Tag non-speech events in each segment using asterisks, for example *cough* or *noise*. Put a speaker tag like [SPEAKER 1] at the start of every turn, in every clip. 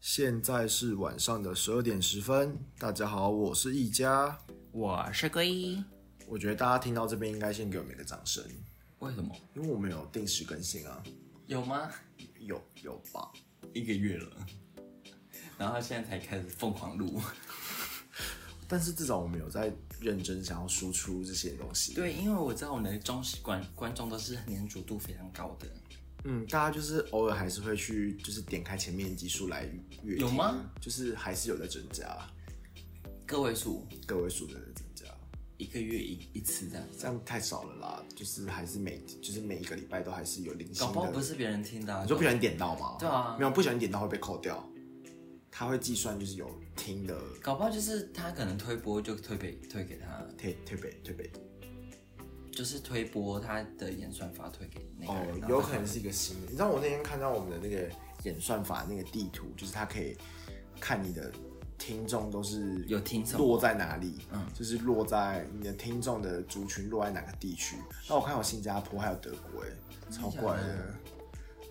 [SPEAKER 1] 现在是晚上的十二点十分。大家好，我是一家。
[SPEAKER 2] 我是龟一，
[SPEAKER 1] 我觉得大家听到这边应该先给我们一个掌声，
[SPEAKER 2] 为什么？
[SPEAKER 1] 因为我们有定时更新啊，
[SPEAKER 2] 有吗？
[SPEAKER 1] 有有吧？
[SPEAKER 2] 一个月了， *laughs* 然后他现在才开始疯狂录。
[SPEAKER 1] 但是至少我们有在认真想要输出这些东西。，
[SPEAKER 2] *laughs* 对，因为我知道我们的忠实观观众都是粘着度非常高的，
[SPEAKER 1] 嗯，大家就是偶尔还是会去，就是点开前面的集数来阅听
[SPEAKER 2] 有吗？
[SPEAKER 1] 就是还是有在增加，
[SPEAKER 2] 个位数，
[SPEAKER 1] 个位数的在增加，
[SPEAKER 2] 一个月一一次这样子。
[SPEAKER 1] 这样太少了啦。就是还是每就是每一个礼拜都还是有零星
[SPEAKER 2] 搞
[SPEAKER 1] 的。
[SPEAKER 2] 不好不是别人听的、啊，
[SPEAKER 1] 你说不小心点到吗？
[SPEAKER 2] 对啊
[SPEAKER 1] 没有不小心点到会被扣掉，他会计算就是有听的
[SPEAKER 2] 搞不好就是他可能推播就推给推给他，
[SPEAKER 1] 退退背退背
[SPEAKER 2] 就是推播他的演算法推给那个人。
[SPEAKER 1] 哦，
[SPEAKER 2] 然后
[SPEAKER 1] 有可能是一个新的。你知道我那天看到我们的那个演算法那个地图，就是它可以看你的听众都是
[SPEAKER 2] 有听什么
[SPEAKER 1] 落在哪里，嗯，就是落在你的听众的族群落在哪个地区。那我看有新加坡还有德国，哎，超怪的。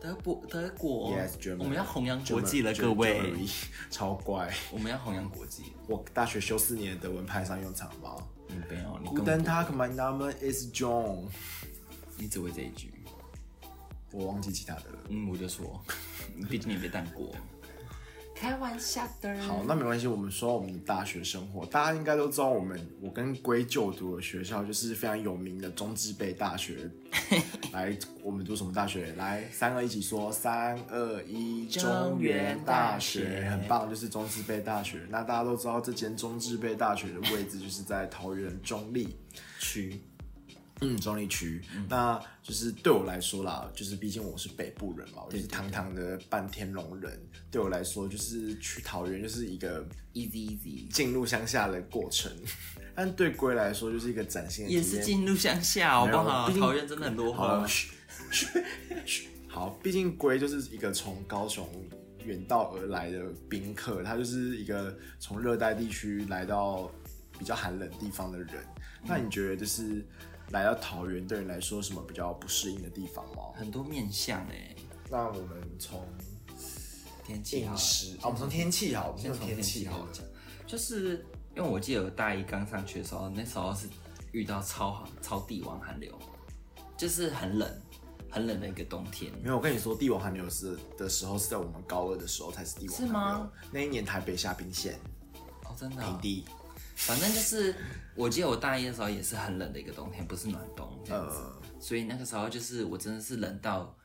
[SPEAKER 2] 德国德国
[SPEAKER 1] Yes, Germany
[SPEAKER 2] 我们要弘扬国际了，各位，，
[SPEAKER 1] 超怪。
[SPEAKER 2] 我们要弘扬国际。
[SPEAKER 1] 我大学修四年的德文派上用场吗？
[SPEAKER 2] 你不要，你跟我
[SPEAKER 1] Guten Tag, mein Name ist John。
[SPEAKER 2] 你只会这一句。
[SPEAKER 1] 我忘记其他的了。
[SPEAKER 2] 嗯，我就说， *laughs* 毕竟你没当过。开玩笑的。
[SPEAKER 1] 好，那没关系。我们说我们的大学生活，大家应该都知道，我们我跟龟就读的学校就是非常有名的中字辈大
[SPEAKER 2] *laughs*
[SPEAKER 1] 学。来，我们读什么大学？来，三二一起说，三二一，
[SPEAKER 2] 中原大学
[SPEAKER 1] 很棒，就是中字辈大学。那大家都知道，这间中字辈大学的位置就是在桃园中立。
[SPEAKER 2] 区，
[SPEAKER 1] 嗯，中立区，那就是对我来说啦，就是毕竟我是北部人嘛，我就是堂堂的半天龙人，对我来说就是去桃园就是一个
[SPEAKER 2] easy easy，
[SPEAKER 1] 进入乡下的过程，但对龟来说就是一个崭新的体
[SPEAKER 2] 也
[SPEAKER 1] 验。
[SPEAKER 2] 是进入乡下，好不好？
[SPEAKER 1] 没有毕竟
[SPEAKER 2] 桃园真的很落
[SPEAKER 1] 好了，
[SPEAKER 2] 后。
[SPEAKER 1] 嘘嘘嘘好，毕竟龟就是一个从高雄远道而来的宾客，他就是一个从热带地区来到比较寒冷地方的人。那你觉得就是来到桃园对你来说有什么比较不适应的地方吗？
[SPEAKER 2] 很多面向哎、
[SPEAKER 1] 那我们从
[SPEAKER 2] 天气好
[SPEAKER 1] 饮
[SPEAKER 2] 了，
[SPEAKER 1] 食啊，我们从天气好，我们
[SPEAKER 2] 先从天气
[SPEAKER 1] 气
[SPEAKER 2] 好讲，就是因为我记得我大一刚上去的时候，那时候是遇到超好超帝王寒流，就是很冷很冷的一个冬天。
[SPEAKER 1] 没有，我跟你说，帝王寒流是的时候是在我们高二的时候才是帝王寒
[SPEAKER 2] 是
[SPEAKER 1] 流。
[SPEAKER 2] 吗？
[SPEAKER 1] 那一年台北下冰线
[SPEAKER 2] 哦，真的、
[SPEAKER 1] 平
[SPEAKER 2] 哦，
[SPEAKER 1] 地，
[SPEAKER 2] 反正就是我记得我大一的时候也是很冷的一个冬天，不是暖冬这样子。
[SPEAKER 1] 呃，
[SPEAKER 2] 所以那个时候就是我真的是冷到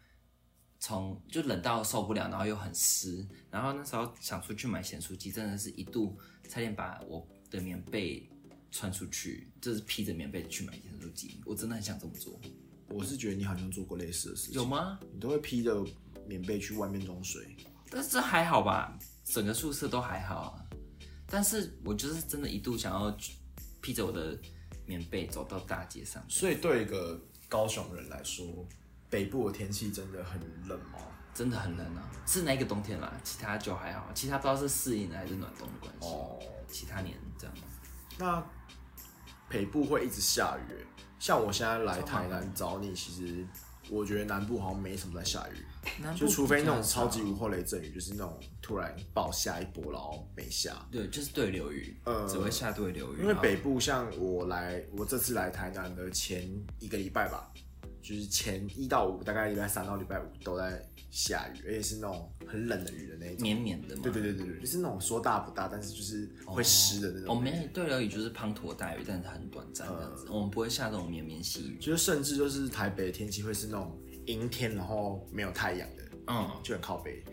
[SPEAKER 2] 从就冷到受不了，然后又很湿，然后那时候想出去买咸酥鸡，真的是一度差点把我的棉被穿出去，就是披着棉被去买咸酥鸡，我真的很想这么做，
[SPEAKER 1] 我是觉得你好像做过类似的事情，
[SPEAKER 2] 有吗？
[SPEAKER 1] 你都会披着棉被去外面装水，
[SPEAKER 2] 但是还好吧，整个宿舍都还好啊，但是我就是真的一度想要披着我的棉被走到大街上，
[SPEAKER 1] 所以对一个高雄人来说，北部的天气真的很冷吗？
[SPEAKER 2] 真的很冷啊，是那个冬天啦，其他就还好，其他不知道是适应的还是暖冬的关系，
[SPEAKER 1] 哦，
[SPEAKER 2] 其他年这样。
[SPEAKER 1] 那北部会一直下雨欸，像我现在来台南找你，其实我觉得南部好像没什么在下雨。
[SPEAKER 2] 南部
[SPEAKER 1] 就除非那种
[SPEAKER 2] 比较少
[SPEAKER 1] 超级无后雷阵雨，就是那种突然暴下一波，然后没下。
[SPEAKER 2] 对，就是对流雨，
[SPEAKER 1] 呃
[SPEAKER 2] 只会下对流雨。
[SPEAKER 1] 因为
[SPEAKER 2] 然后
[SPEAKER 1] 北部像我来，我这次来台南的前一个礼拜吧，就是前一到五，大概礼拜三到礼拜五都在下雨，而且是那种很冷的雨的那一种。
[SPEAKER 2] 绵绵的嘛，
[SPEAKER 1] 对对对对对，就是那种说大不大，但是就是
[SPEAKER 2] 哦
[SPEAKER 1] 会湿的那
[SPEAKER 2] 我
[SPEAKER 1] 种。嗯
[SPEAKER 2] 们也对流雨就是滂沱大雨，但是很短暂这样子，我们不会下这种绵绵细雨。
[SPEAKER 1] 就是甚至就是台北的天气会是那种阴天，然后没有太阳的，
[SPEAKER 2] 嗯，
[SPEAKER 1] 就很靠北。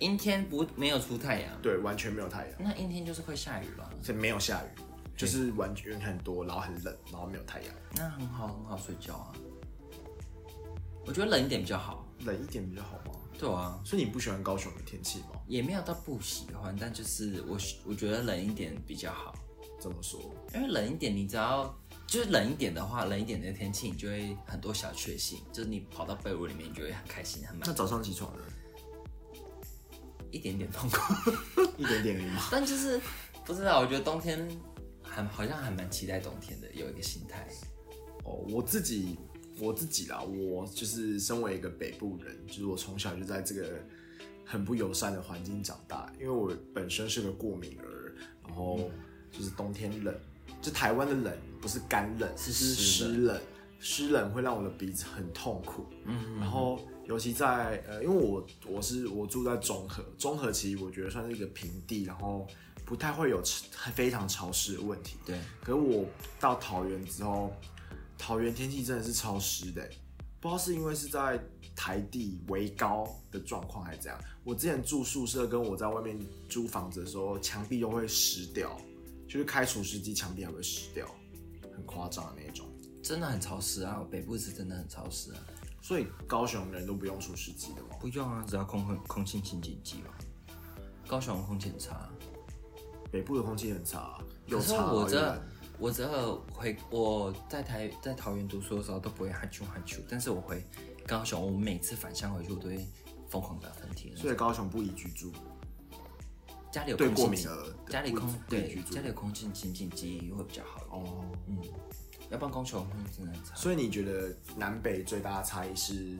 [SPEAKER 2] 阴天不没有出太阳，
[SPEAKER 1] 对，完全没有太阳，
[SPEAKER 2] 那阴天就是会下雨了，
[SPEAKER 1] 所以没有下雨，就是完全很多，然后很冷，然后没有太阳。
[SPEAKER 2] 那很好很好睡觉啊。我觉得冷一点比较好。
[SPEAKER 1] 冷一点比较好吗？
[SPEAKER 2] 对啊，
[SPEAKER 1] 所以你不喜欢高雄的天气吗？
[SPEAKER 2] 也没有到不喜欢，但就是我我觉得冷一点比较好。
[SPEAKER 1] 这么说，
[SPEAKER 2] 因为冷一点，你只要就是冷一点的话，冷一点的天气，你就会很多小确幸，就是你跑到被窝里面，你就会很开心，很满
[SPEAKER 1] 那早上起床呢？
[SPEAKER 2] 一点点痛苦。
[SPEAKER 1] 一点点而已吗？
[SPEAKER 2] *laughs* 但就是不知道，我觉得冬天还好像还蛮期待冬天的，有一个心态。
[SPEAKER 1] 哦，我自己我自己啦，我就是身为一个北部人，就是我从小就在这个很不友善的环境长大，因为我本身是个过敏儿，然后就是冬天冷，就台湾的冷不是干冷，
[SPEAKER 2] 是湿冷
[SPEAKER 1] 湿冷，湿冷会让我的鼻子很痛苦。嗯，然后尤其在呃，因为我我是我住在中和，中和其实我觉得算是一个平地，然后不太会有非常潮湿的问题。
[SPEAKER 2] 对，
[SPEAKER 1] 可是我到桃园之后，桃园天气真的是超湿的欸，不知道是因为是在台地为高的状况还是怎样。我之前住宿舍跟我在外面租房子的时候，墙壁都会湿掉，就是开除湿机墙壁还会湿掉，很夸张的那种。
[SPEAKER 2] 真的很潮湿啊，北部是真的很潮湿啊。
[SPEAKER 1] 所以高雄人都不用除湿机的吗？
[SPEAKER 2] 不用啊，只要空空空气清净剂嘛。高雄空气很差，
[SPEAKER 1] 北部的空气很差啊，有
[SPEAKER 2] 可是
[SPEAKER 1] 差啊。
[SPEAKER 2] 我
[SPEAKER 1] 有
[SPEAKER 2] 这
[SPEAKER 1] 啊
[SPEAKER 2] 我这回我在台在桃园读书的时候都不会喊啾喊啾，但是我回高雄，我每次返乡回去我都会疯狂打喷嚏。
[SPEAKER 1] 所以高雄不宜居住，
[SPEAKER 2] 家里有
[SPEAKER 1] 对
[SPEAKER 2] 空气
[SPEAKER 1] 过敏
[SPEAKER 2] 清
[SPEAKER 1] 儿
[SPEAKER 2] 家里
[SPEAKER 1] 不
[SPEAKER 2] 空
[SPEAKER 1] 不宜
[SPEAKER 2] 对
[SPEAKER 1] 居住
[SPEAKER 2] 家里有空气清净机会比较好一点。
[SPEAKER 1] 哦。
[SPEAKER 2] 要不然高雄空气真的很差。
[SPEAKER 1] 所以你觉得南北最大的差异是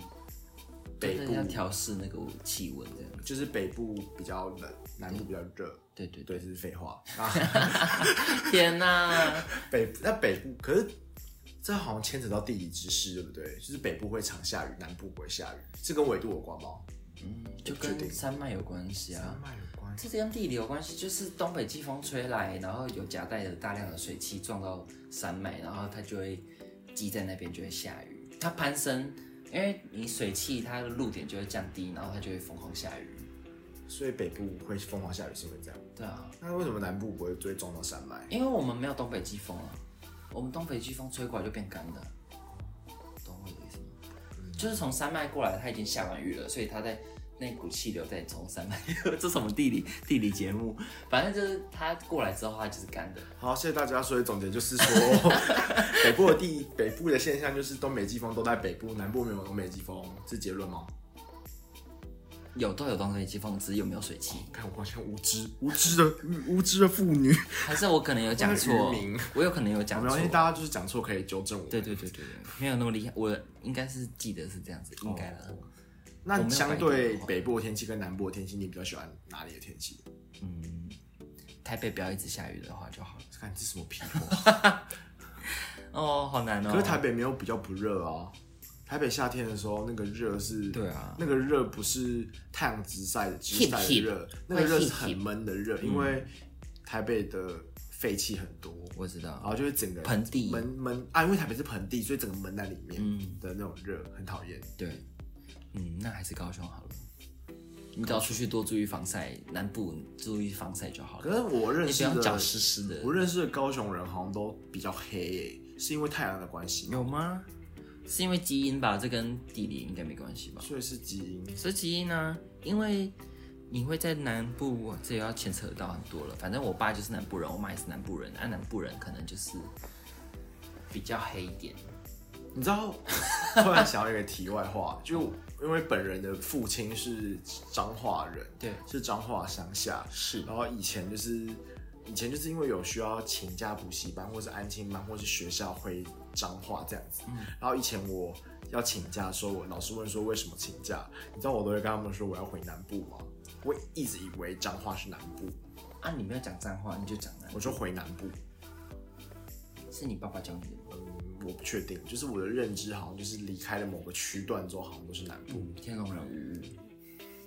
[SPEAKER 2] 对
[SPEAKER 1] 北
[SPEAKER 2] 要
[SPEAKER 1] 部
[SPEAKER 2] 调试那个气温这样。
[SPEAKER 1] 就是北部比较冷，南部比较热。
[SPEAKER 2] 对对
[SPEAKER 1] 对，
[SPEAKER 2] 对，
[SPEAKER 1] 这是废话。那
[SPEAKER 2] 天哪、
[SPEAKER 1] *laughs* 北那北部，可是这好像牵扯到地理知识，对不对？就是北部会常下雨，南部不会下雨，这跟纬度有关吗？
[SPEAKER 2] 嗯，就
[SPEAKER 1] 确
[SPEAKER 2] 跟
[SPEAKER 1] 定
[SPEAKER 2] 山脉有关系啊。
[SPEAKER 1] 脉有关。
[SPEAKER 2] 这是跟地理有关系，就是东北季风吹来，然后有夹带着大量的水汽撞到山脉，然后它就会积在那边，就会下雨。它攀升，因为你水汽它的露点就会降低，然后它就会疯狂下雨。
[SPEAKER 1] 所以北部会疯狂下雨是因为这样。
[SPEAKER 2] 对啊，
[SPEAKER 1] 那为什么南部不会追撞到山脉？
[SPEAKER 2] 因为我们没有东北季风啊，我们东北季风吹过来就变干的，懂我的意思吗？就是从山脉过来，它已经下完雨了，所以它在那股气流在从山脉， *laughs* 这什么地理地理节目？反正就是它过来之后，它就是干的。
[SPEAKER 1] 好，谢谢大家。所以总结就是说，北部的地北部的现象就是东北季风都在北部，南部没有东北季风，是结论吗？
[SPEAKER 2] 有都有东北季风，只是有没有水汽？
[SPEAKER 1] 看我好像无知无知的无知的妇女。
[SPEAKER 2] 还是我可能有
[SPEAKER 1] *laughs*
[SPEAKER 2] 讲
[SPEAKER 1] 我
[SPEAKER 2] 错
[SPEAKER 1] 是渔民，
[SPEAKER 2] 我有可能有
[SPEAKER 1] *laughs*
[SPEAKER 2] 讲
[SPEAKER 1] 没
[SPEAKER 2] 错
[SPEAKER 1] 关系，。大家就是讲错可以纠正我。
[SPEAKER 2] 对对对对对，没有那么厉害，我应该是记得是这样子，应该了。
[SPEAKER 1] 哦那相对北部的天气跟南部的天气，你比较喜欢哪里的天气？
[SPEAKER 2] 嗯，台北不要一直下雨的话就好了。
[SPEAKER 1] 看这是什么屁话？
[SPEAKER 2] 哦，好难哦。
[SPEAKER 1] *laughs* 可是台北没有比较不热啊。台北夏天的时候，那个热是，
[SPEAKER 2] 对啊
[SPEAKER 1] 那个热不是太阳直晒的直
[SPEAKER 2] Heat，
[SPEAKER 1] 晒的
[SPEAKER 2] heat
[SPEAKER 1] 热，那个热
[SPEAKER 2] 会
[SPEAKER 1] 是
[SPEAKER 2] heat，
[SPEAKER 1] 很
[SPEAKER 2] heat
[SPEAKER 1] 闷的热，因为台北的废气很多，
[SPEAKER 2] 我知
[SPEAKER 1] 然
[SPEAKER 2] 道，
[SPEAKER 1] 后就是整个
[SPEAKER 2] 盆地
[SPEAKER 1] 闷闷啊，因为台北是盆地，所以整个闷在里面
[SPEAKER 2] 嗯
[SPEAKER 1] 的那种热很讨厌。
[SPEAKER 2] 对，嗯，那还是高雄好了。你只要出去多注意防晒，南部注意防晒就好
[SPEAKER 1] 可
[SPEAKER 2] 了。
[SPEAKER 1] 是我认
[SPEAKER 2] 你不
[SPEAKER 1] 识
[SPEAKER 2] 要脚
[SPEAKER 1] 的，
[SPEAKER 2] 湿湿的
[SPEAKER 1] 我。认识的高雄人好像都比较黑耶，是因为太阳的关系吗，
[SPEAKER 2] 有吗？是因为基因吧？这跟地理应该没关系吧？
[SPEAKER 1] 所以是基因。
[SPEAKER 2] 所以其一呢，因为你会在南部，哇这也要牵扯到很多了。反正我爸就是南部人，我妈也是南部人，那、南部人可能就是比较黑一点。
[SPEAKER 1] 你知道，突然想到一个题外话，就因为本人的父亲是彰化人，
[SPEAKER 2] 对
[SPEAKER 1] 是彰化乡下，
[SPEAKER 2] 是
[SPEAKER 1] 然后以前就是以前就是因为有需要请假补习班，或是安亲班，或是学校回彰化这样子，然后以前我要请假的时候，我老师问说为什么请假，你知道我都会跟他们说我要回南部吗？我一直以为彰化是南部，
[SPEAKER 2] 啊，你没有讲脏话，你就讲南
[SPEAKER 1] 我，说回南部，
[SPEAKER 2] 是你爸爸教你的吗。
[SPEAKER 1] 嗯，我不确定，就是我的认知好像就是离开了某个区段之后，好像都是南部。
[SPEAKER 2] 嗯，天龙人物，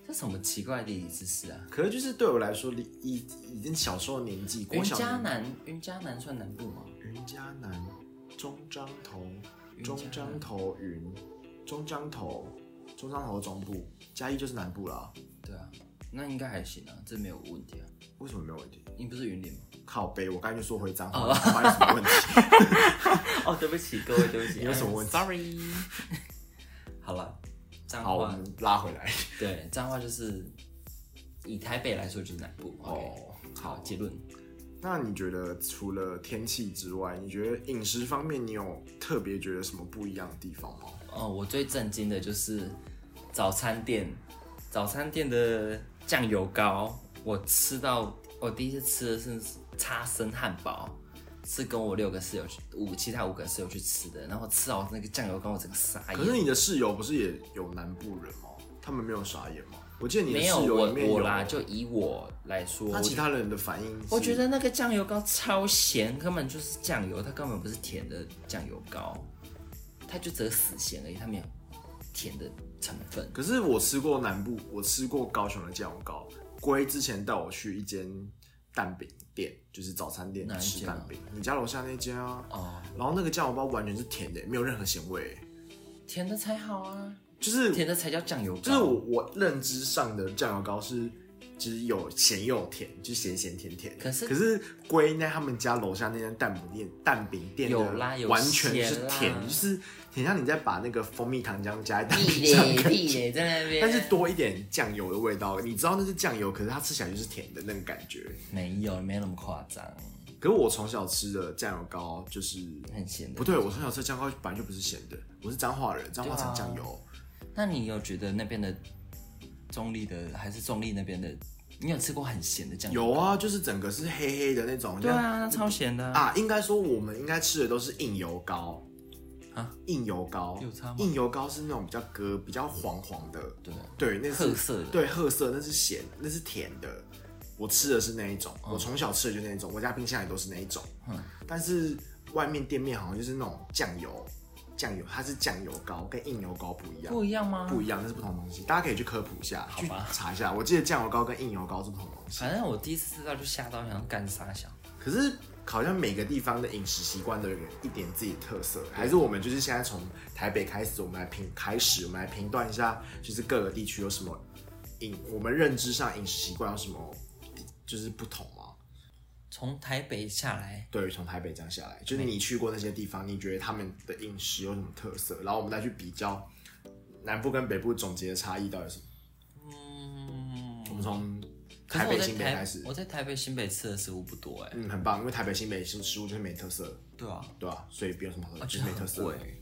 [SPEAKER 2] 这什么奇怪的地理知识啊？
[SPEAKER 1] 可是就是对我来说，离已已经小时候年纪，
[SPEAKER 2] 云
[SPEAKER 1] 国小
[SPEAKER 2] 嘉
[SPEAKER 1] 年
[SPEAKER 2] 南，云嘉南算南部吗？
[SPEAKER 1] 云嘉南、中彰头、
[SPEAKER 2] 云嘉
[SPEAKER 1] 中
[SPEAKER 2] 南
[SPEAKER 1] 彰头云、中彰头、中彰头中部，嘉义就是南部啦。
[SPEAKER 2] 对啊，那应该还行啊，这没有问题啊。
[SPEAKER 1] 为什么没有问题？
[SPEAKER 2] 你不是云林吗？
[SPEAKER 1] 靠北，我刚才就说回彰化，发现什么问题？
[SPEAKER 2] *laughs*
[SPEAKER 1] *laughs*
[SPEAKER 2] 哦，对不起各位，对不起， *laughs*
[SPEAKER 1] 你有什么问题
[SPEAKER 2] I'm？Sorry。好了，脏
[SPEAKER 1] 好，我
[SPEAKER 2] 话
[SPEAKER 1] 们拉回
[SPEAKER 2] *laughs*
[SPEAKER 1] 来。
[SPEAKER 2] 对脏话就是以台北来说就是南部。
[SPEAKER 1] 哦
[SPEAKER 2] OK，好，结论
[SPEAKER 1] 那你觉得除了天气之外，你觉得饮食方面，你有特别觉得什么不一样的地方吗？
[SPEAKER 2] 哦，我最震惊的就是早餐店，早餐店的酱油膏，我吃到我第一次吃的是叉生汉堡。是跟我六个室友去五其他五个室友去吃的，然后吃到那个酱油膏，我整个傻眼。
[SPEAKER 1] 可是你的室友不是也有南部人吗？他们没有傻眼吗？我记得你的
[SPEAKER 2] 没
[SPEAKER 1] 室
[SPEAKER 2] 有
[SPEAKER 1] 友
[SPEAKER 2] 我
[SPEAKER 1] 里面
[SPEAKER 2] 我啦，就以我来说，
[SPEAKER 1] 那
[SPEAKER 2] 我
[SPEAKER 1] 其
[SPEAKER 2] 觉
[SPEAKER 1] 他人的反应是，
[SPEAKER 2] 我觉得那个酱油膏超咸，根本就是酱油，它根本不是甜的酱油膏，它就只有死咸而已，它没有甜的成分。
[SPEAKER 1] 可是我吃过南部，我吃过高雄的酱油膏。龟之前带我去一间蛋饼店，就是早餐店
[SPEAKER 2] 哪一
[SPEAKER 1] 吃
[SPEAKER 2] 间啊
[SPEAKER 1] 蛋饼，你家楼下那间啊。
[SPEAKER 2] 哦，
[SPEAKER 1] 然后那个酱油包完全是甜的，没有任何咸味，
[SPEAKER 2] 甜的才好啊，
[SPEAKER 1] 就是
[SPEAKER 2] 甜的才叫酱油膏。
[SPEAKER 1] 就是我我认知上的酱油膏是，就是有咸又有甜，就咸咸甜甜。
[SPEAKER 2] 可是
[SPEAKER 1] 可是龟在他们家楼下那间蛋饼店，蛋饼店的
[SPEAKER 2] 有啦有
[SPEAKER 1] 完全是
[SPEAKER 2] 咸啦
[SPEAKER 1] 甜，就是很像你在把那个蜂蜜糖浆加在蛋
[SPEAKER 2] 屁
[SPEAKER 1] 饼上
[SPEAKER 2] 嘞
[SPEAKER 1] 的感 *laughs*
[SPEAKER 2] 屁
[SPEAKER 1] 觉，
[SPEAKER 2] 嘞，在那边。
[SPEAKER 1] 但是多一点酱油的味道。你知道那是酱油，可是它吃起来就是甜的那个感觉。
[SPEAKER 2] 没有，没有那么夸张，
[SPEAKER 1] 可是我从小吃的酱油膏就是。
[SPEAKER 2] 很咸的
[SPEAKER 1] 不。对，我从小吃酱油膏本来就不是咸的，我是彰化人，彰化产酱油。
[SPEAKER 2] 那你有觉得那边的中立的还是中立那边的？你有吃过很咸的酱油？
[SPEAKER 1] 有啊，就是整个是黑黑的那种，
[SPEAKER 2] 对
[SPEAKER 1] 像
[SPEAKER 2] 啊，那超咸的啊、
[SPEAKER 1] 啊，应该说我们应该吃的都是硬油膏
[SPEAKER 2] 啊，
[SPEAKER 1] 硬油膏
[SPEAKER 2] 有差吗
[SPEAKER 1] 硬油膏是那种比较疙、比较黄黄的，
[SPEAKER 2] 对，
[SPEAKER 1] 对，那是
[SPEAKER 2] 褐色的。
[SPEAKER 1] 对褐色，那是咸，那是甜的。我吃的是那一种，我从小吃的就那一种，我家冰箱里都是那一种。
[SPEAKER 2] 嗯
[SPEAKER 1] 但是外面店面好像就是那种酱油，酱油它是酱油膏，跟硬油膏不一样，
[SPEAKER 2] 不一样吗？
[SPEAKER 1] 不一样，那是不同东西。大家可以去科普一下，去
[SPEAKER 2] 吧
[SPEAKER 1] 查一下。我记得酱油膏跟硬油膏是不同东西，
[SPEAKER 2] 反正我第一次吃到就吓到，想要干啥想。
[SPEAKER 1] 可是好像每个地方的饮食习惯都有一点自己的特色，还是我们就是现在从台北开始，我们来评开始，我们来评断一下，就是各个地区有什么饮，我们认知上饮食习惯有什么就是不同吗？
[SPEAKER 2] 从台北下来，
[SPEAKER 1] 对于从台北这样下来，就是你去过那些地方，你觉得他们的饮食有什么特色？然后我们再去比较南部跟北部总结的差异到底是什么？
[SPEAKER 2] 嗯，
[SPEAKER 1] 我们从
[SPEAKER 2] 可
[SPEAKER 1] 台
[SPEAKER 2] 是我
[SPEAKER 1] 北
[SPEAKER 2] 在
[SPEAKER 1] 新北
[SPEAKER 2] 台
[SPEAKER 1] 开始，
[SPEAKER 2] 我在台北新北吃的食物不多哎、
[SPEAKER 1] 嗯，很棒，因为台北新北食食物就是没特色，
[SPEAKER 2] 对啊，
[SPEAKER 1] 对吧、所以不用什么特色，
[SPEAKER 2] 而
[SPEAKER 1] 就是
[SPEAKER 2] 且
[SPEAKER 1] 没特
[SPEAKER 2] 很
[SPEAKER 1] 色。
[SPEAKER 2] 贵。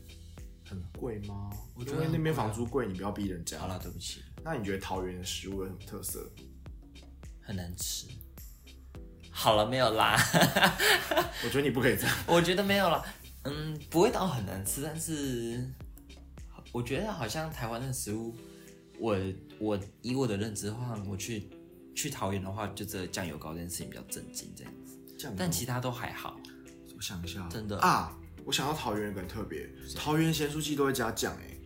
[SPEAKER 1] 很贵吗？
[SPEAKER 2] 我觉
[SPEAKER 1] 因
[SPEAKER 2] 得
[SPEAKER 1] 为
[SPEAKER 2] 很
[SPEAKER 1] 那边
[SPEAKER 2] 贵啊
[SPEAKER 1] 房租贵，你不要逼人家
[SPEAKER 2] 好。了，对不起，
[SPEAKER 1] 那你觉得桃园的食物有什么特色？
[SPEAKER 2] 很难吃。好了，没有啦，
[SPEAKER 1] 我觉得你不可以这样。
[SPEAKER 2] 我觉得没有啦。嗯，不会到很难吃，但是我觉得好像台湾的食物，我我以我的认知的话，我去去桃园的话，就只有酱油膏这件事情比较震惊 *laughs* 这样子，
[SPEAKER 1] 这样
[SPEAKER 2] 但其他都还好。
[SPEAKER 1] 我想一下，
[SPEAKER 2] 真的
[SPEAKER 1] 啊，我想到桃园有个很特别，桃园咸酥鸡都会加酱哎、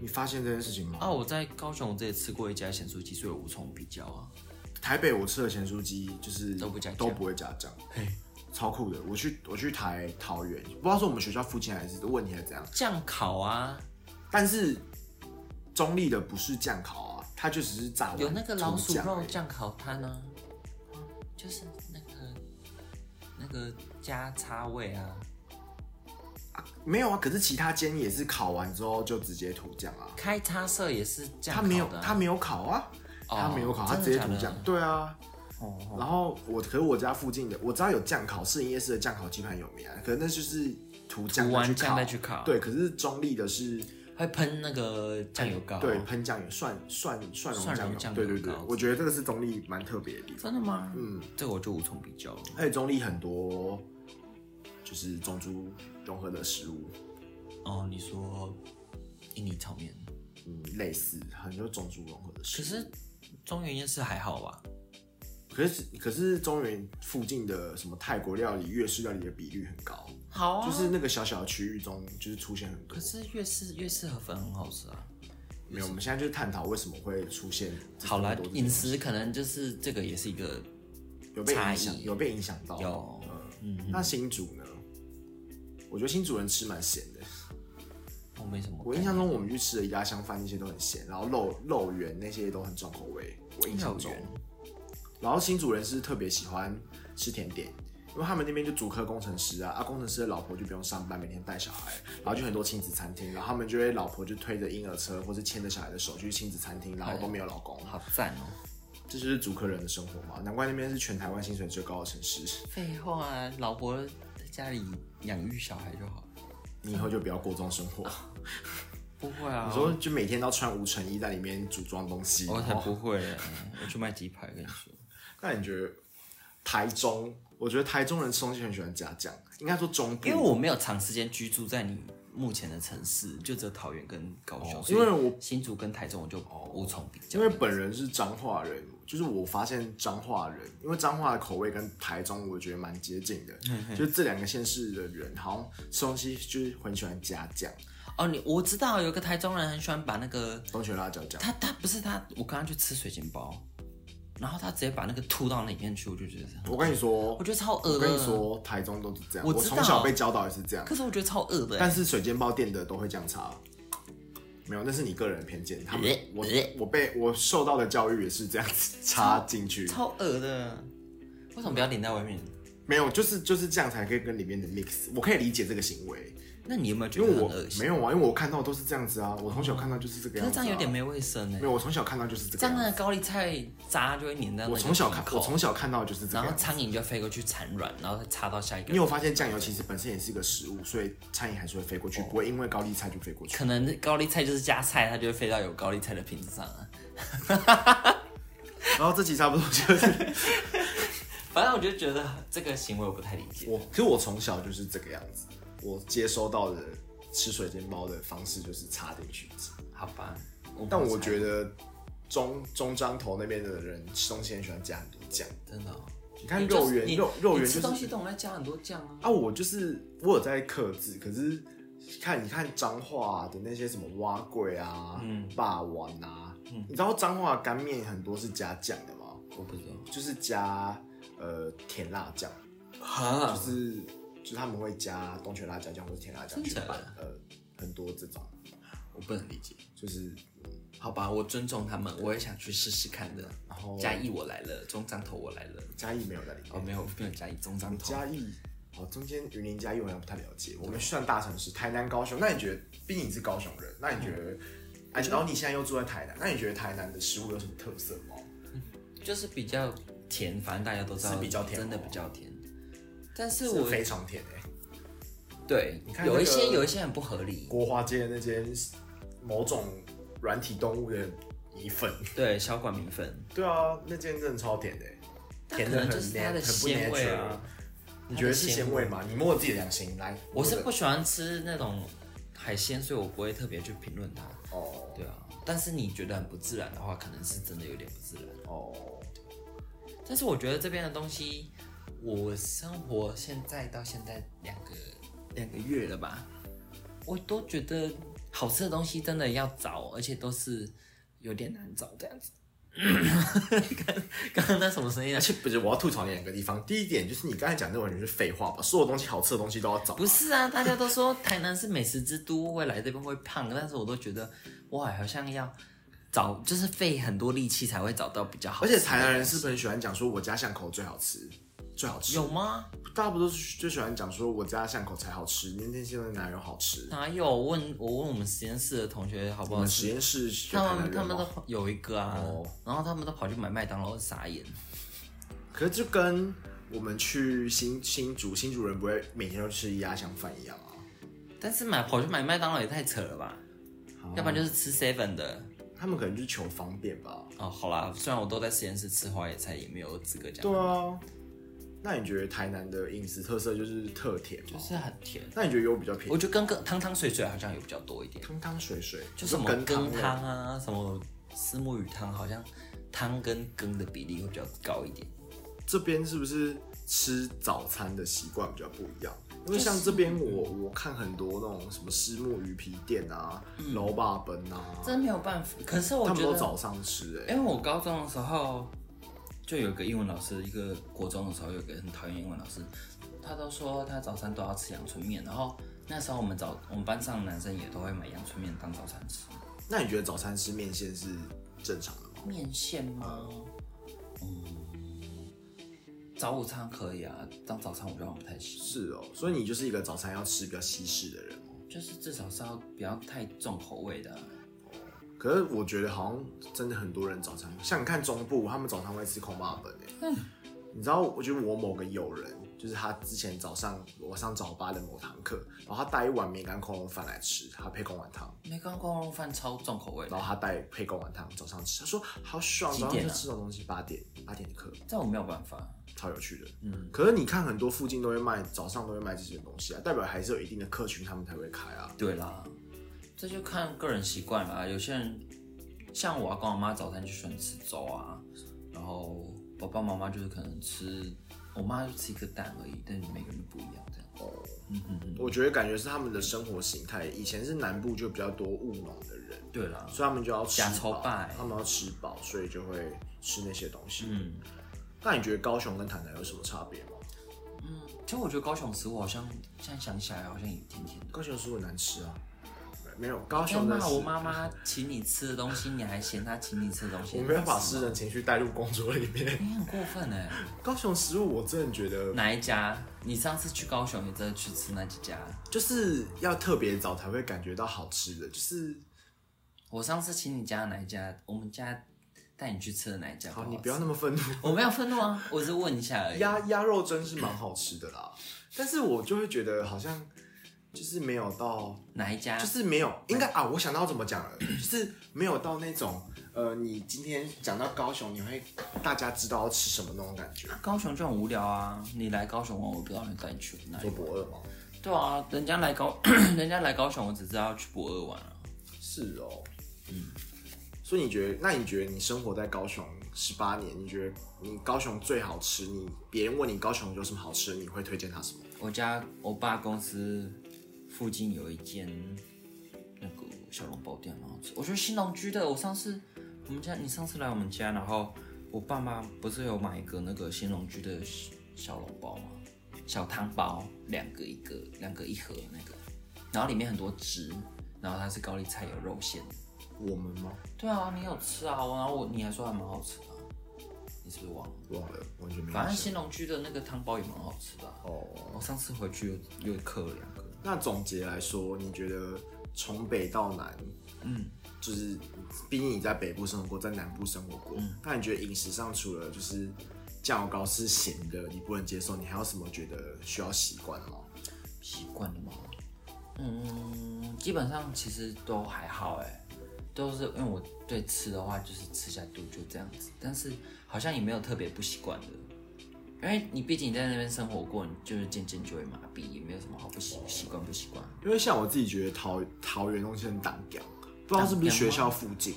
[SPEAKER 1] 你发现这件事情吗？
[SPEAKER 2] 啊，我在高雄我这里吃过一家咸酥鸡，所以我无从比较啊。
[SPEAKER 1] 台北我吃的咸酥鸡就是
[SPEAKER 2] 都不加酱
[SPEAKER 1] 都不会加酱，
[SPEAKER 2] 嘿，
[SPEAKER 1] 超酷的。我去我去台桃园，不知道是我们学校附近还是问题还是怎样，
[SPEAKER 2] 酱烤啊，
[SPEAKER 1] 但是中立的不是酱烤啊，它就只是炸完
[SPEAKER 2] 有那个老
[SPEAKER 1] 涂
[SPEAKER 2] 鼠
[SPEAKER 1] 酱
[SPEAKER 2] 肉
[SPEAKER 1] 而已
[SPEAKER 2] 酱烤摊啊，就是那个那个加叉味啊，
[SPEAKER 1] 没有啊，可是其他间也是烤完之后就直接涂酱啊。
[SPEAKER 2] 开叉色也是酱
[SPEAKER 1] 他
[SPEAKER 2] 烤
[SPEAKER 1] 没有
[SPEAKER 2] 的啊、
[SPEAKER 1] 他没有烤啊，
[SPEAKER 2] 哦
[SPEAKER 1] 他没有烤，他
[SPEAKER 2] 真
[SPEAKER 1] 直
[SPEAKER 2] 的
[SPEAKER 1] 接
[SPEAKER 2] 假
[SPEAKER 1] 涂
[SPEAKER 2] 的
[SPEAKER 1] 酱。对啊，
[SPEAKER 2] 哦
[SPEAKER 1] 然后我可是我家附近的，我知道有酱烤，市营夜市的酱烤鸡排有名啊，可是那就是涂酱
[SPEAKER 2] 涂完
[SPEAKER 1] 去烤
[SPEAKER 2] 酱再去烤
[SPEAKER 1] 对，可是中立的是
[SPEAKER 2] 会喷那个酱油膏、
[SPEAKER 1] 对，喷酱油，蒜蒜蒜蓉
[SPEAKER 2] 蒜蓉
[SPEAKER 1] 酱油，
[SPEAKER 2] 酱
[SPEAKER 1] 对
[SPEAKER 2] 油
[SPEAKER 1] 对对
[SPEAKER 2] 膏，
[SPEAKER 1] 我觉得这个是中立蛮特别的地方。
[SPEAKER 2] 真的吗？
[SPEAKER 1] 嗯，
[SPEAKER 2] 这个我就无从比较了。
[SPEAKER 1] 而且中立很多就是中珠融合的食物，
[SPEAKER 2] 哦，你说印尼炒面，
[SPEAKER 1] 嗯，类似很多中珠融合的食
[SPEAKER 2] 可
[SPEAKER 1] 物。
[SPEAKER 2] 是中原夜市还好吧？
[SPEAKER 1] 可是可是中原附近的什么泰国料理、粤式料理的比率很高，
[SPEAKER 2] 好啊，
[SPEAKER 1] 就是那个小小的区域中，就是出现很多
[SPEAKER 2] 可。是粤式粤式河粉很好吃啊。
[SPEAKER 1] 没有，我们现在就是探讨为什么会出现这
[SPEAKER 2] 好
[SPEAKER 1] 么
[SPEAKER 2] 啦
[SPEAKER 1] 多这，种
[SPEAKER 2] 饮食可能就是这个也是一个
[SPEAKER 1] 有被
[SPEAKER 2] 差
[SPEAKER 1] 影
[SPEAKER 2] 异
[SPEAKER 1] 响，有被影响到。
[SPEAKER 2] 有
[SPEAKER 1] 嗯，那新竹呢？我觉得新竹人吃蛮咸的。
[SPEAKER 2] 我没什么
[SPEAKER 1] 我印
[SPEAKER 2] 感觉。
[SPEAKER 1] 象中，我们去吃的鸭香饭那些都很咸，然后肉肉圆那些都很重口味。我印象中
[SPEAKER 2] 肉圆，
[SPEAKER 1] 然后新竹人是特别喜欢吃甜点，因为他们那边就主科工程师啊，啊工程师的老婆就不用上班，每天带小孩，然后就很多亲子餐厅，然后他们就会老婆就推着婴儿车或是牵着小孩的手去亲子餐厅，然后都没有老公，
[SPEAKER 2] 好赞哦、
[SPEAKER 1] 这就是主科人的生活嘛。难怪那边是全台湾薪水最高的城市。
[SPEAKER 2] 废话、啊，老婆在家里养育小孩就好了。
[SPEAKER 1] 你以后就不要过这种生活，
[SPEAKER 2] 不会啊
[SPEAKER 1] 你，说就每天都穿无尘衣在里面组装东西，
[SPEAKER 2] 我才
[SPEAKER 1] 然后
[SPEAKER 2] 哦不会嘞、我去卖鸡排，跟你说。
[SPEAKER 1] 那你觉得台中？我觉得台中人吃东西很喜欢加酱，应该说中部，
[SPEAKER 2] 因为我没有长时间居住在你目前的城市，就只有桃园跟高雄，
[SPEAKER 1] 哦
[SPEAKER 2] 所
[SPEAKER 1] 因
[SPEAKER 2] 以
[SPEAKER 1] 为我哦
[SPEAKER 2] 新竹跟台中我就无从比较，
[SPEAKER 1] 因为本人是彰化人，就是我发现彰化人，因为彰化的口味跟台中我觉得蛮接近的，
[SPEAKER 2] 嗯
[SPEAKER 1] 就是这两个县市的人好像吃东西就是很喜欢加酱，
[SPEAKER 2] 哦，你我知道有个台中人很喜欢把那个
[SPEAKER 1] 东泉辣椒酱。
[SPEAKER 2] 他他不是他，我刚刚去吃水煎包，然后他直接把那个吐到里面去，我就觉得是
[SPEAKER 1] 我跟你说
[SPEAKER 2] 我，觉得超恶
[SPEAKER 1] 我跟你
[SPEAKER 2] 的。
[SPEAKER 1] 说，台中都是这样，
[SPEAKER 2] 我
[SPEAKER 1] 我
[SPEAKER 2] 知道
[SPEAKER 1] 从小被教导也是这样，
[SPEAKER 2] 可是我觉得超恶的欸、
[SPEAKER 1] 但是水煎包店的都会这样擦。没有，那是你个人偏见。他
[SPEAKER 2] 呃
[SPEAKER 1] 们，我我被我受到的教育也是这样子插进去，
[SPEAKER 2] 超恶的。为什么不要淋在外面？
[SPEAKER 1] 没有，就是就是这样才可以跟里面的 mix。我可以理解这个行为，
[SPEAKER 2] 那你有没有觉
[SPEAKER 1] 因
[SPEAKER 2] 得
[SPEAKER 1] 为
[SPEAKER 2] 很
[SPEAKER 1] 我
[SPEAKER 2] 恶心？
[SPEAKER 1] 没有啊，因为我看到都是这样子啊，我从小看到就是这个
[SPEAKER 2] 可
[SPEAKER 1] 样
[SPEAKER 2] 是
[SPEAKER 1] 子、
[SPEAKER 2] 这
[SPEAKER 1] 啊。
[SPEAKER 2] 样有点没卫生呢、
[SPEAKER 1] 没有，啊我从小看到就是这
[SPEAKER 2] 这
[SPEAKER 1] 个
[SPEAKER 2] 样
[SPEAKER 1] 样
[SPEAKER 2] 的
[SPEAKER 1] 子。
[SPEAKER 2] 高丽菜渣就会粘在那个
[SPEAKER 1] 我从小看，
[SPEAKER 2] 瓶口
[SPEAKER 1] 我从小看到的就是这
[SPEAKER 2] 然
[SPEAKER 1] 个
[SPEAKER 2] 后
[SPEAKER 1] 样子。
[SPEAKER 2] 苍蝇就飞过去产卵，然后再插到下一个
[SPEAKER 1] 你
[SPEAKER 2] 人。
[SPEAKER 1] 有发现酱油其实本身也是一个食物，所以餐饮还是会飞过
[SPEAKER 2] 哦
[SPEAKER 1] 去，不会因为高丽菜就飞过去。
[SPEAKER 2] 可能高丽菜就是加菜，它就会飞到有高丽菜的瓶子上啊。
[SPEAKER 1] 然后这集差不多就是
[SPEAKER 2] 反正我就觉得这个行为我不太理解。
[SPEAKER 1] 我，可是我从小就是这个样子，我接收到的吃水煎包的方式就是插进去吃。
[SPEAKER 2] 好吧，我
[SPEAKER 1] 但我
[SPEAKER 2] 猜
[SPEAKER 1] 觉得中中彰头那边的人吃东西很喜欢加很多酱。
[SPEAKER 2] 真的、哦。
[SPEAKER 1] 你看肉圆，
[SPEAKER 2] 你
[SPEAKER 1] 肉肉圆
[SPEAKER 2] 你吃
[SPEAKER 1] 就
[SPEAKER 2] 东
[SPEAKER 1] 是
[SPEAKER 2] 西都在加很多酱啊。
[SPEAKER 1] 啊，我就是我有在克制，可是看你看彰化的那些什么蛙鬼啊、
[SPEAKER 2] 嗯
[SPEAKER 1] 霸王啊，你知道彰化的干面很多是加酱的吗？
[SPEAKER 2] 我不知道，
[SPEAKER 1] 就是加呃甜辣酱，
[SPEAKER 2] 哈
[SPEAKER 1] 就，是就是他们会加东泉辣椒酱或者甜辣酱
[SPEAKER 2] 真
[SPEAKER 1] 去
[SPEAKER 2] 假的
[SPEAKER 1] 拌，呃，很多这种
[SPEAKER 2] 我不能理解。
[SPEAKER 1] 就是
[SPEAKER 2] 好吧，我尊重他们，我也想去试试看的。
[SPEAKER 1] 然后
[SPEAKER 2] 嘉义我来了，中彰头我来了。
[SPEAKER 1] 嘉义没有在里面。
[SPEAKER 2] 哦，没有，没有嘉义，中彰头。
[SPEAKER 1] 嘉义，哦，中间云林嘉义我好像不太了解。我们算大城市，台南、高雄。那你觉得，毕竟你是高雄人，那你觉
[SPEAKER 2] 嗯
[SPEAKER 1] 得，哎、然后你现在又住在台南，那你觉得台南的食物有什么特色吗？
[SPEAKER 2] 就是比较甜，反正大家都知道
[SPEAKER 1] 是比较甜
[SPEAKER 2] 真的
[SPEAKER 1] 哦
[SPEAKER 2] 比较甜。但是
[SPEAKER 1] 是
[SPEAKER 2] 我
[SPEAKER 1] 非常甜欸诶、
[SPEAKER 2] 对
[SPEAKER 1] 你看
[SPEAKER 2] 有一
[SPEAKER 1] 那个
[SPEAKER 2] 些有一些很不合理，
[SPEAKER 1] 国华街的那间某种软体动物的米粉，
[SPEAKER 2] 对小管米粉，
[SPEAKER 1] 对啊，那间真的超甜的、欸，
[SPEAKER 2] 但
[SPEAKER 1] 甜
[SPEAKER 2] 可
[SPEAKER 1] 的
[SPEAKER 2] 能
[SPEAKER 1] 很
[SPEAKER 2] 就是它
[SPEAKER 1] nat-
[SPEAKER 2] 的
[SPEAKER 1] 很不
[SPEAKER 2] 鲜味
[SPEAKER 1] natural
[SPEAKER 2] 啊。
[SPEAKER 1] 你觉得是鲜味吗？你摸我自己的良心来，
[SPEAKER 2] 我是
[SPEAKER 1] 摸
[SPEAKER 2] 不喜欢吃那种海鲜，所以我不会特别去评论它。
[SPEAKER 1] 着哦
[SPEAKER 2] 对啊，但是你觉得很不自然的话，可能是真的有点不自然。
[SPEAKER 1] 哦，
[SPEAKER 2] 但是我觉得这边的东西，我生活现在到现在两个两个月了吧，我都觉得好吃的东西真的要找，而且都是有点难找这样子。 *coughs* 刚刚那什么声音啊
[SPEAKER 1] 而？且不是我要吐槽两个地方，第一点就是你刚才讲的完全是废话吧，所有东西好吃的东西都要找
[SPEAKER 2] 不是啊，大家都说台南是美食之都，未来这边会胖，但是我都觉得哇，好像要找就是费很多力气才会找到比较好
[SPEAKER 1] 而
[SPEAKER 2] 吃的。
[SPEAKER 1] 且台南人是不是很喜欢讲说我家巷口最好吃，最好吃？
[SPEAKER 2] 有吗？
[SPEAKER 1] 大部分都是就喜欢讲说我家巷口才好吃，那那些东西哪有好吃？
[SPEAKER 2] 哪有？我问我问我们实验室的同学好不
[SPEAKER 1] 我
[SPEAKER 2] 好
[SPEAKER 1] 们
[SPEAKER 2] 吃
[SPEAKER 1] 实验室有
[SPEAKER 2] 他
[SPEAKER 1] 台南
[SPEAKER 2] 们他
[SPEAKER 1] 人
[SPEAKER 2] 们都
[SPEAKER 1] 吗？
[SPEAKER 2] 有一个啊，
[SPEAKER 1] 哦
[SPEAKER 2] 然后他们都跑去买麦当劳，傻眼。
[SPEAKER 1] 可是就跟我们去新新竹，新竹人不会每天都吃鸭香饭一样啊。
[SPEAKER 2] 但是买跑去买麦当劳也太扯了吧？要不然就是吃 seven 的。
[SPEAKER 1] 他们可能就是求方便吧。
[SPEAKER 2] 哦，好啦，虽然我都在实验室吃花野菜，也没有资格讲，
[SPEAKER 1] 对啊，那你觉得台南的饮食特色就是特甜吗？
[SPEAKER 2] 就是很甜。
[SPEAKER 1] 那你觉得有比较便宜
[SPEAKER 2] 我？觉得跟跟汤汤水水好像有比较多一点，
[SPEAKER 1] 汤汤水水
[SPEAKER 2] 就什么羹
[SPEAKER 1] 类
[SPEAKER 2] 汤啊，什么丝木鱼汤，好像汤跟羹的比例会比较高一点。
[SPEAKER 1] 这边是不是吃早餐的习惯比较不一样？因为像这边我我看很多那种什么虱目鱼皮店啊、楼霸本啊，
[SPEAKER 2] 真没有办法，可是嗯我
[SPEAKER 1] 他
[SPEAKER 2] 觉
[SPEAKER 1] 们
[SPEAKER 2] 得
[SPEAKER 1] 都早上吃哎、
[SPEAKER 2] 因为我高中的时候就有个英文老师，一个国中的时候有个很讨厌英文老师，他都说他早餐都要吃阳春面，然后那时候我们早我们班上的男生也都会买阳春面当早餐吃。
[SPEAKER 1] 那你觉得早餐吃面线是正常的吗？
[SPEAKER 2] 面线吗？嗯，早午餐可以啊，当早餐我就好像不太行，
[SPEAKER 1] 是哦，所以你就是一个早餐要吃比较西式的人哦。
[SPEAKER 2] 就是至少是要不要太重口味的啊、
[SPEAKER 1] 可是我觉得好像真的很多人早餐，像你看中部，他们早上会吃空霸本哎、
[SPEAKER 2] 嗯
[SPEAKER 1] 你知道，我觉得我某个友人，就是他之前早上我上早八的某堂课，然后他带一碗梅干空笼饭来吃，他配贡丸汤。
[SPEAKER 2] 梅干空肉饭超重口味的
[SPEAKER 1] 然，后他带配贡丸汤早上吃，他说好爽，
[SPEAKER 2] 几
[SPEAKER 1] 早上
[SPEAKER 2] 点
[SPEAKER 1] 就
[SPEAKER 2] 啊
[SPEAKER 1] 吃这种东西，八点八点的课，
[SPEAKER 2] 这我没有办法。
[SPEAKER 1] 超有趣的。
[SPEAKER 3] 嗯，
[SPEAKER 1] 可是你看很多附近都会卖，早上都会卖这些东西啊，代表还是有一定的客群他们才会开啊。
[SPEAKER 2] 对啦，这就看个人习惯啦。有些人像我阿公阿妈早餐就喜欢吃粥啊，然后爸爸妈妈就是可能吃，我妈就吃一颗蛋而已，但每个人不一样这样。嗯嗯嗯，
[SPEAKER 1] 我觉得感觉是他们的生活形态，以前是南部就比较多务农的人，
[SPEAKER 2] 对啦，
[SPEAKER 1] 所以他们就要吃
[SPEAKER 2] 假钞
[SPEAKER 1] 饱
[SPEAKER 2] 拜，
[SPEAKER 1] 他们要吃饱，所以就会吃那些东西。
[SPEAKER 2] 嗯
[SPEAKER 1] 那你觉得高雄跟台南有什么差别吗？
[SPEAKER 2] 嗯，其实我觉得高雄食物好像现在想起来好像也挺甜的。
[SPEAKER 1] 高雄食物很难吃啊，没有高
[SPEAKER 2] 要
[SPEAKER 1] 雄的
[SPEAKER 2] 骂
[SPEAKER 1] 食
[SPEAKER 2] 我妈妈请你吃的东西，你还嫌她请你吃的东西，
[SPEAKER 1] 我没有把
[SPEAKER 2] 吃
[SPEAKER 1] 私人情绪带入工作里面。 *laughs*
[SPEAKER 2] 你很过分哎、
[SPEAKER 1] 高雄食物我真的觉得
[SPEAKER 2] 哪一家？你上次去高雄，你真的去吃那几家？
[SPEAKER 1] 就是要特别早才会感觉到好吃的，就是
[SPEAKER 2] 我上次请你家的哪一家？我们家带你去吃的哪一家？
[SPEAKER 1] 好，
[SPEAKER 2] 好
[SPEAKER 1] 你不要
[SPEAKER 2] 吃
[SPEAKER 1] 那么愤怒。
[SPEAKER 2] 我没有愤怒 *laughs* 啊，我只是问一下而已。
[SPEAKER 1] 鸭鸭肉蒸是蛮好吃的啦，但是我就会觉得好像就是没有到，
[SPEAKER 2] 哪一家？
[SPEAKER 1] 就是没有应该啊，我想到怎么讲了， *clears throat* 就是没有到那种呃，你今天讲到高雄，你会大家知道要吃什么那种感觉。
[SPEAKER 2] 高雄就很无聊啊！你来高雄玩，我不知道你带你去哪
[SPEAKER 1] 做
[SPEAKER 2] 里。
[SPEAKER 1] 博二吗？
[SPEAKER 2] 对啊，人家来高， *coughs* 人家来高雄，我只知道去博二玩啊。
[SPEAKER 1] 是哦，嗯。所以你觉得，那你觉得你生活在高雄十八年，你觉得你高雄最好吃？你别人问你高雄有什么好吃的，你会推荐他什么？
[SPEAKER 2] 我家我爸公司附近有一间那个小笼包店蛮好吃，我觉得新农居的。我上次我们家你上次来我们家，然后我爸妈不是有买一个那个新农居的小小笼包吗？小汤包两个一个，两个一盒那个，然后里面很多汁，然后它是高丽菜有肉馅。
[SPEAKER 1] 我们吗？
[SPEAKER 2] 对啊，你有吃啊？然后我你还说还蛮好吃的啊、你是不是忘了？
[SPEAKER 1] 忘了，完全没印象。
[SPEAKER 2] 反正新农居的那个汤包也蛮好吃的啊、
[SPEAKER 1] 哦，
[SPEAKER 2] 我上次回去又又刻了两个。
[SPEAKER 1] 那总结来说，你觉得从北到南，
[SPEAKER 2] 嗯，
[SPEAKER 1] 就是毕竟你在北部生活过，在南部生活过，
[SPEAKER 2] 嗯
[SPEAKER 1] 那你觉得饮食上除了就是酱油膏是咸的，你不能接受，你还有什么觉得需要习惯的吗？
[SPEAKER 2] 习惯了吗？嗯，基本上其实都还好哎，都是因为我对吃的话就是吃下肚就这样子，但是好像也没有特别不习惯的，因为你毕竟你在那边生活过，你就是渐渐就会麻痹，也没有什么好不习习惯不习惯。
[SPEAKER 1] 因为像我自己觉得桃桃园东西很挡掉，不知道是不是学校附近，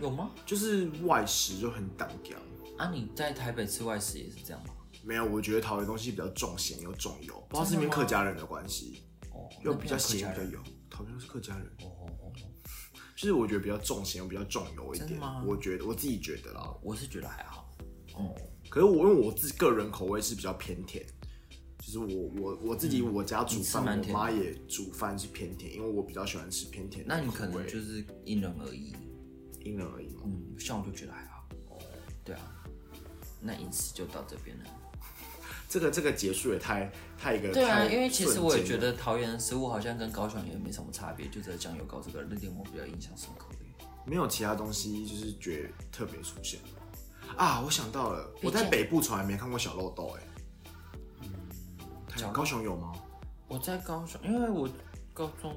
[SPEAKER 2] 有吗？
[SPEAKER 1] 就是外食就很挡掉。
[SPEAKER 2] 啊，你在台北吃外食也是这样吗？
[SPEAKER 1] 没有，我觉得桃园东西比较重咸又重油，不知道是因为
[SPEAKER 2] 真的吗
[SPEAKER 1] 客家人的关系，
[SPEAKER 2] 哦，
[SPEAKER 1] 又
[SPEAKER 2] 那
[SPEAKER 1] 比较
[SPEAKER 2] 边有客
[SPEAKER 1] 咸
[SPEAKER 2] 家
[SPEAKER 1] 比较
[SPEAKER 2] 人
[SPEAKER 1] 油。桃园是客家人，
[SPEAKER 2] 哦哦哦哦，
[SPEAKER 1] 就是我觉得比较重咸又比较重油一
[SPEAKER 2] 真
[SPEAKER 1] 点
[SPEAKER 2] 的吗。
[SPEAKER 1] 我觉得我自己觉得啦，
[SPEAKER 2] 我是觉得还好。
[SPEAKER 1] 可是我因为我自个人口味是比较偏甜，就是我我我自己我家煮
[SPEAKER 2] 嗯你吃
[SPEAKER 1] 饭，
[SPEAKER 2] 蛮
[SPEAKER 1] 我
[SPEAKER 2] 甜的
[SPEAKER 1] 妈也煮饭是偏甜，因为我比较喜欢吃偏甜的口
[SPEAKER 2] 那
[SPEAKER 1] 味。
[SPEAKER 2] 你可能就是因人而异。
[SPEAKER 1] 因人而异嘛。
[SPEAKER 2] 嗯，像我就觉得还好。对啊，那饮食就到这边了。
[SPEAKER 1] 这个这个结束也太太一个
[SPEAKER 2] 对啊，
[SPEAKER 1] 太
[SPEAKER 2] 因为其实我也
[SPEAKER 1] 瞬
[SPEAKER 2] 觉
[SPEAKER 1] 间了
[SPEAKER 2] 得桃园的食物好像跟高雄也没什么差别，就只有酱油膏这个那点我比较印象深刻而已。
[SPEAKER 1] 没有其他东西就是觉得特别出现啊！我想到了，
[SPEAKER 2] 竟
[SPEAKER 1] 我在北部从来没看过小漏斗哎、台
[SPEAKER 2] 嗯小
[SPEAKER 1] 高雄有吗？
[SPEAKER 2] 我在高雄，因为我高中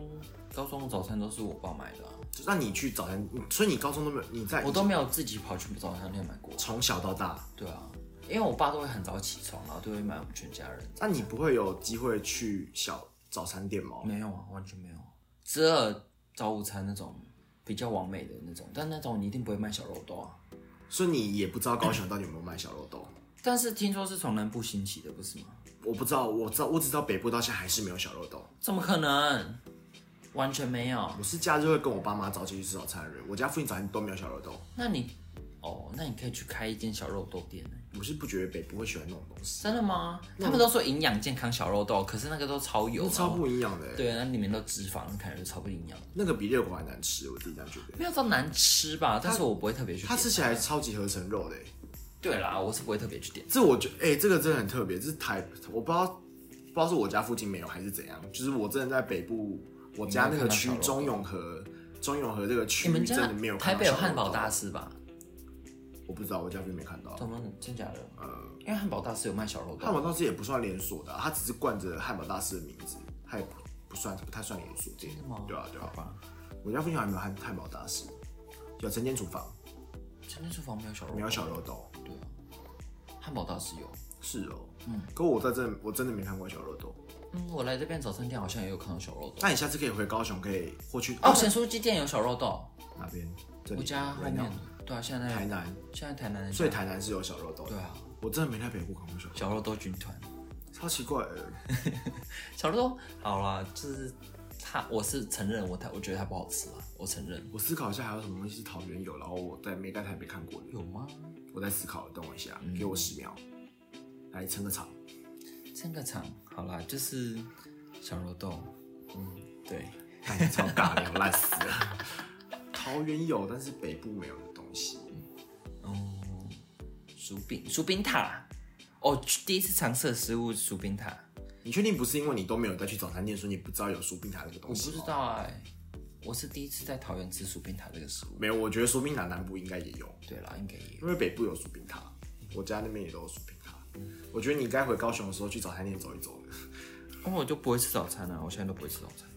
[SPEAKER 2] 高中的早餐都是我爸买的啊、
[SPEAKER 1] 就让你去早餐，你所以你高中都没有，你在
[SPEAKER 2] 我都没有自己跑去早餐店买过。
[SPEAKER 1] 从小到大，
[SPEAKER 2] 对啊，因为我爸都会很早起床，然后都会买我们全家人。
[SPEAKER 1] 那你不会有机会去小早餐店吗？
[SPEAKER 2] 没有啊，完全没有，只有早午餐那种比较完美的那种，但那种你一定不会卖小肉豆啊。
[SPEAKER 1] 所以你也不知道高雄到底有没有卖小漏斗。
[SPEAKER 2] 但是听说是从南部兴起的，不是吗？
[SPEAKER 1] 我不知道，我知道，我只知道北部到现在还是没有小漏斗。
[SPEAKER 2] 怎么可能？完全没有
[SPEAKER 1] 我。是假日会跟我爸妈早起去吃早餐的人，我家附近早餐都没有小漏斗。
[SPEAKER 2] 那你，哦，那你可以去开一间小肉豆店呢。欸
[SPEAKER 1] 我是不觉得北部会喜欢那种东西，
[SPEAKER 2] 真的吗？他们都说营养健康小肉豆，可是那个都超油，
[SPEAKER 1] 超
[SPEAKER 2] 然后
[SPEAKER 1] 不营养的、欸。
[SPEAKER 2] 对，那里面都脂肪，感觉超不营养。
[SPEAKER 1] 那个比热狗还难吃，我自己这样觉得。
[SPEAKER 2] 没有到难吃吧，但是我不会特别去点。
[SPEAKER 1] 它吃起来超级合成肉的欸、
[SPEAKER 2] 对啦，我是不会特别去点。
[SPEAKER 1] 这我觉哎、这个真的很特别，这是台我不知道不知道是我家附近没有还是怎样，就是我真的在北部我家那个区
[SPEAKER 2] 你没有看到小
[SPEAKER 1] 中
[SPEAKER 2] 肉
[SPEAKER 1] 永和中永和这个区
[SPEAKER 2] 你们
[SPEAKER 1] 真
[SPEAKER 2] 家
[SPEAKER 1] 的没有看
[SPEAKER 2] 台
[SPEAKER 1] 到
[SPEAKER 2] 北有
[SPEAKER 1] 小肉
[SPEAKER 2] 汉堡
[SPEAKER 1] 包
[SPEAKER 2] 大，师吧？
[SPEAKER 1] 我不知道我家附近没看到。
[SPEAKER 2] 怎么真假的？因为汉堡大师有卖小肉
[SPEAKER 1] 呃汉
[SPEAKER 2] 豆，
[SPEAKER 1] 堡大师也不算连锁的啊、它只是冠着汉堡大师的名字，它也不不算不太算连锁店
[SPEAKER 2] 真的吗。
[SPEAKER 1] 对啊对
[SPEAKER 2] 好
[SPEAKER 1] 啊，
[SPEAKER 2] 吧。
[SPEAKER 1] 我家附近还没有汉汉堡大师，有晨间厨房，
[SPEAKER 2] 陈天厨房没有小肉，
[SPEAKER 1] 没有小肉。豆，
[SPEAKER 2] 对啊，汉堡大师有。
[SPEAKER 1] 是哦，
[SPEAKER 2] 嗯，
[SPEAKER 1] 可我在这我真的没看过小肉豆。
[SPEAKER 2] 嗯，我来这边早餐店好像也有看到小肉
[SPEAKER 1] 那
[SPEAKER 2] 豆。
[SPEAKER 1] 你下次可以回高雄，可以或去
[SPEAKER 2] 哦，咸酥鸡店有小肉豆，
[SPEAKER 1] 哪边？这里
[SPEAKER 2] 我家后
[SPEAKER 1] right
[SPEAKER 2] 面
[SPEAKER 1] now。
[SPEAKER 2] 对啊，现在
[SPEAKER 1] 台南，
[SPEAKER 2] 现在台南的
[SPEAKER 1] 所以台南是有小肉豆
[SPEAKER 2] 对
[SPEAKER 1] 的。
[SPEAKER 2] 啊，
[SPEAKER 1] 我真的没在北部看过小肉豆，
[SPEAKER 2] 小肉豆军团，
[SPEAKER 1] 超奇怪的。
[SPEAKER 2] 小肉豆好啦，就是它，我是承认我它，我觉得它不好吃啊，我承认。
[SPEAKER 1] 我思考一下，还有什么东西是桃园有，然后我在没在台北看过的？
[SPEAKER 2] 有吗？
[SPEAKER 1] 我在思考，等我一下
[SPEAKER 2] 嗯，
[SPEAKER 1] 给我十秒，来撑个场。
[SPEAKER 2] 撑个场，好啦，就是小肉豆，
[SPEAKER 1] 嗯，
[SPEAKER 2] 对，
[SPEAKER 1] 哎，超尬聊，烂死
[SPEAKER 2] *laughs*
[SPEAKER 1] 了。桃园有，但是北部没有的东西。
[SPEAKER 2] 嗯，薯饼，薯饼塔，哦，第一次尝试的食物薯饼塔，
[SPEAKER 1] 你确定不是因为你都没有再去早餐店，所以你不知道有薯饼塔这个
[SPEAKER 2] 我不
[SPEAKER 1] 东西？
[SPEAKER 2] 知。道哎、我是第一次在桃园吃薯饼塔这个食物。
[SPEAKER 1] 没有，我觉得薯饼塔南部应该也有，
[SPEAKER 2] 对啦，应该也有。
[SPEAKER 1] 因为北部有薯饼塔，我家那边也都有薯饼塔。
[SPEAKER 2] 嗯
[SPEAKER 1] 我觉得你该回高雄的时候去早餐店走一走。
[SPEAKER 2] 哦，我就不会吃早餐了、啊我现在都不会吃早餐。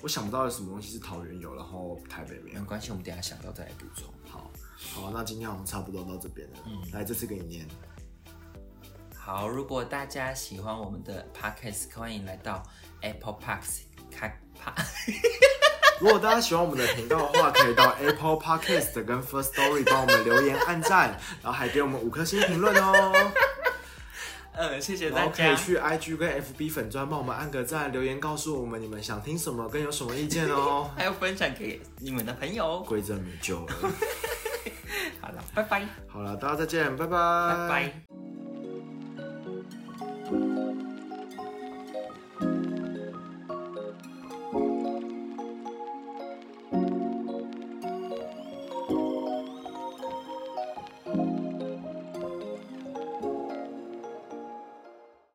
[SPEAKER 1] 我想不到有什么东西是桃园有，然后台北没有
[SPEAKER 2] 没。关系，我们等一下想到再来补充。
[SPEAKER 1] 好，好，那今天我们差不多到这边了。
[SPEAKER 2] 嗯
[SPEAKER 1] 来，这次给你念。
[SPEAKER 2] 好，如果大家喜欢我们的 podcast，欢迎来到 Apple Parks 开 *laughs* p
[SPEAKER 1] 如果大家喜欢我们的频道
[SPEAKER 2] *laughs*
[SPEAKER 1] 的话，可以到 Apple Podcast 跟 First Story 帮我们留言、按赞，然后还给我们五颗星评论哦。
[SPEAKER 2] 嗯，谢谢
[SPEAKER 1] 然
[SPEAKER 2] 大
[SPEAKER 1] 后可以
[SPEAKER 2] 家。
[SPEAKER 1] 去 IG 跟 FB 粉专帮我们按个赞，留言告诉我们你们想听什么跟有什么意见
[SPEAKER 2] *laughs*
[SPEAKER 1] 哦。
[SPEAKER 2] 还有分享给你们的朋友。
[SPEAKER 1] 规则没救了。
[SPEAKER 2] 好了，拜拜，
[SPEAKER 1] 好了，大家再见，拜
[SPEAKER 2] 拜拜。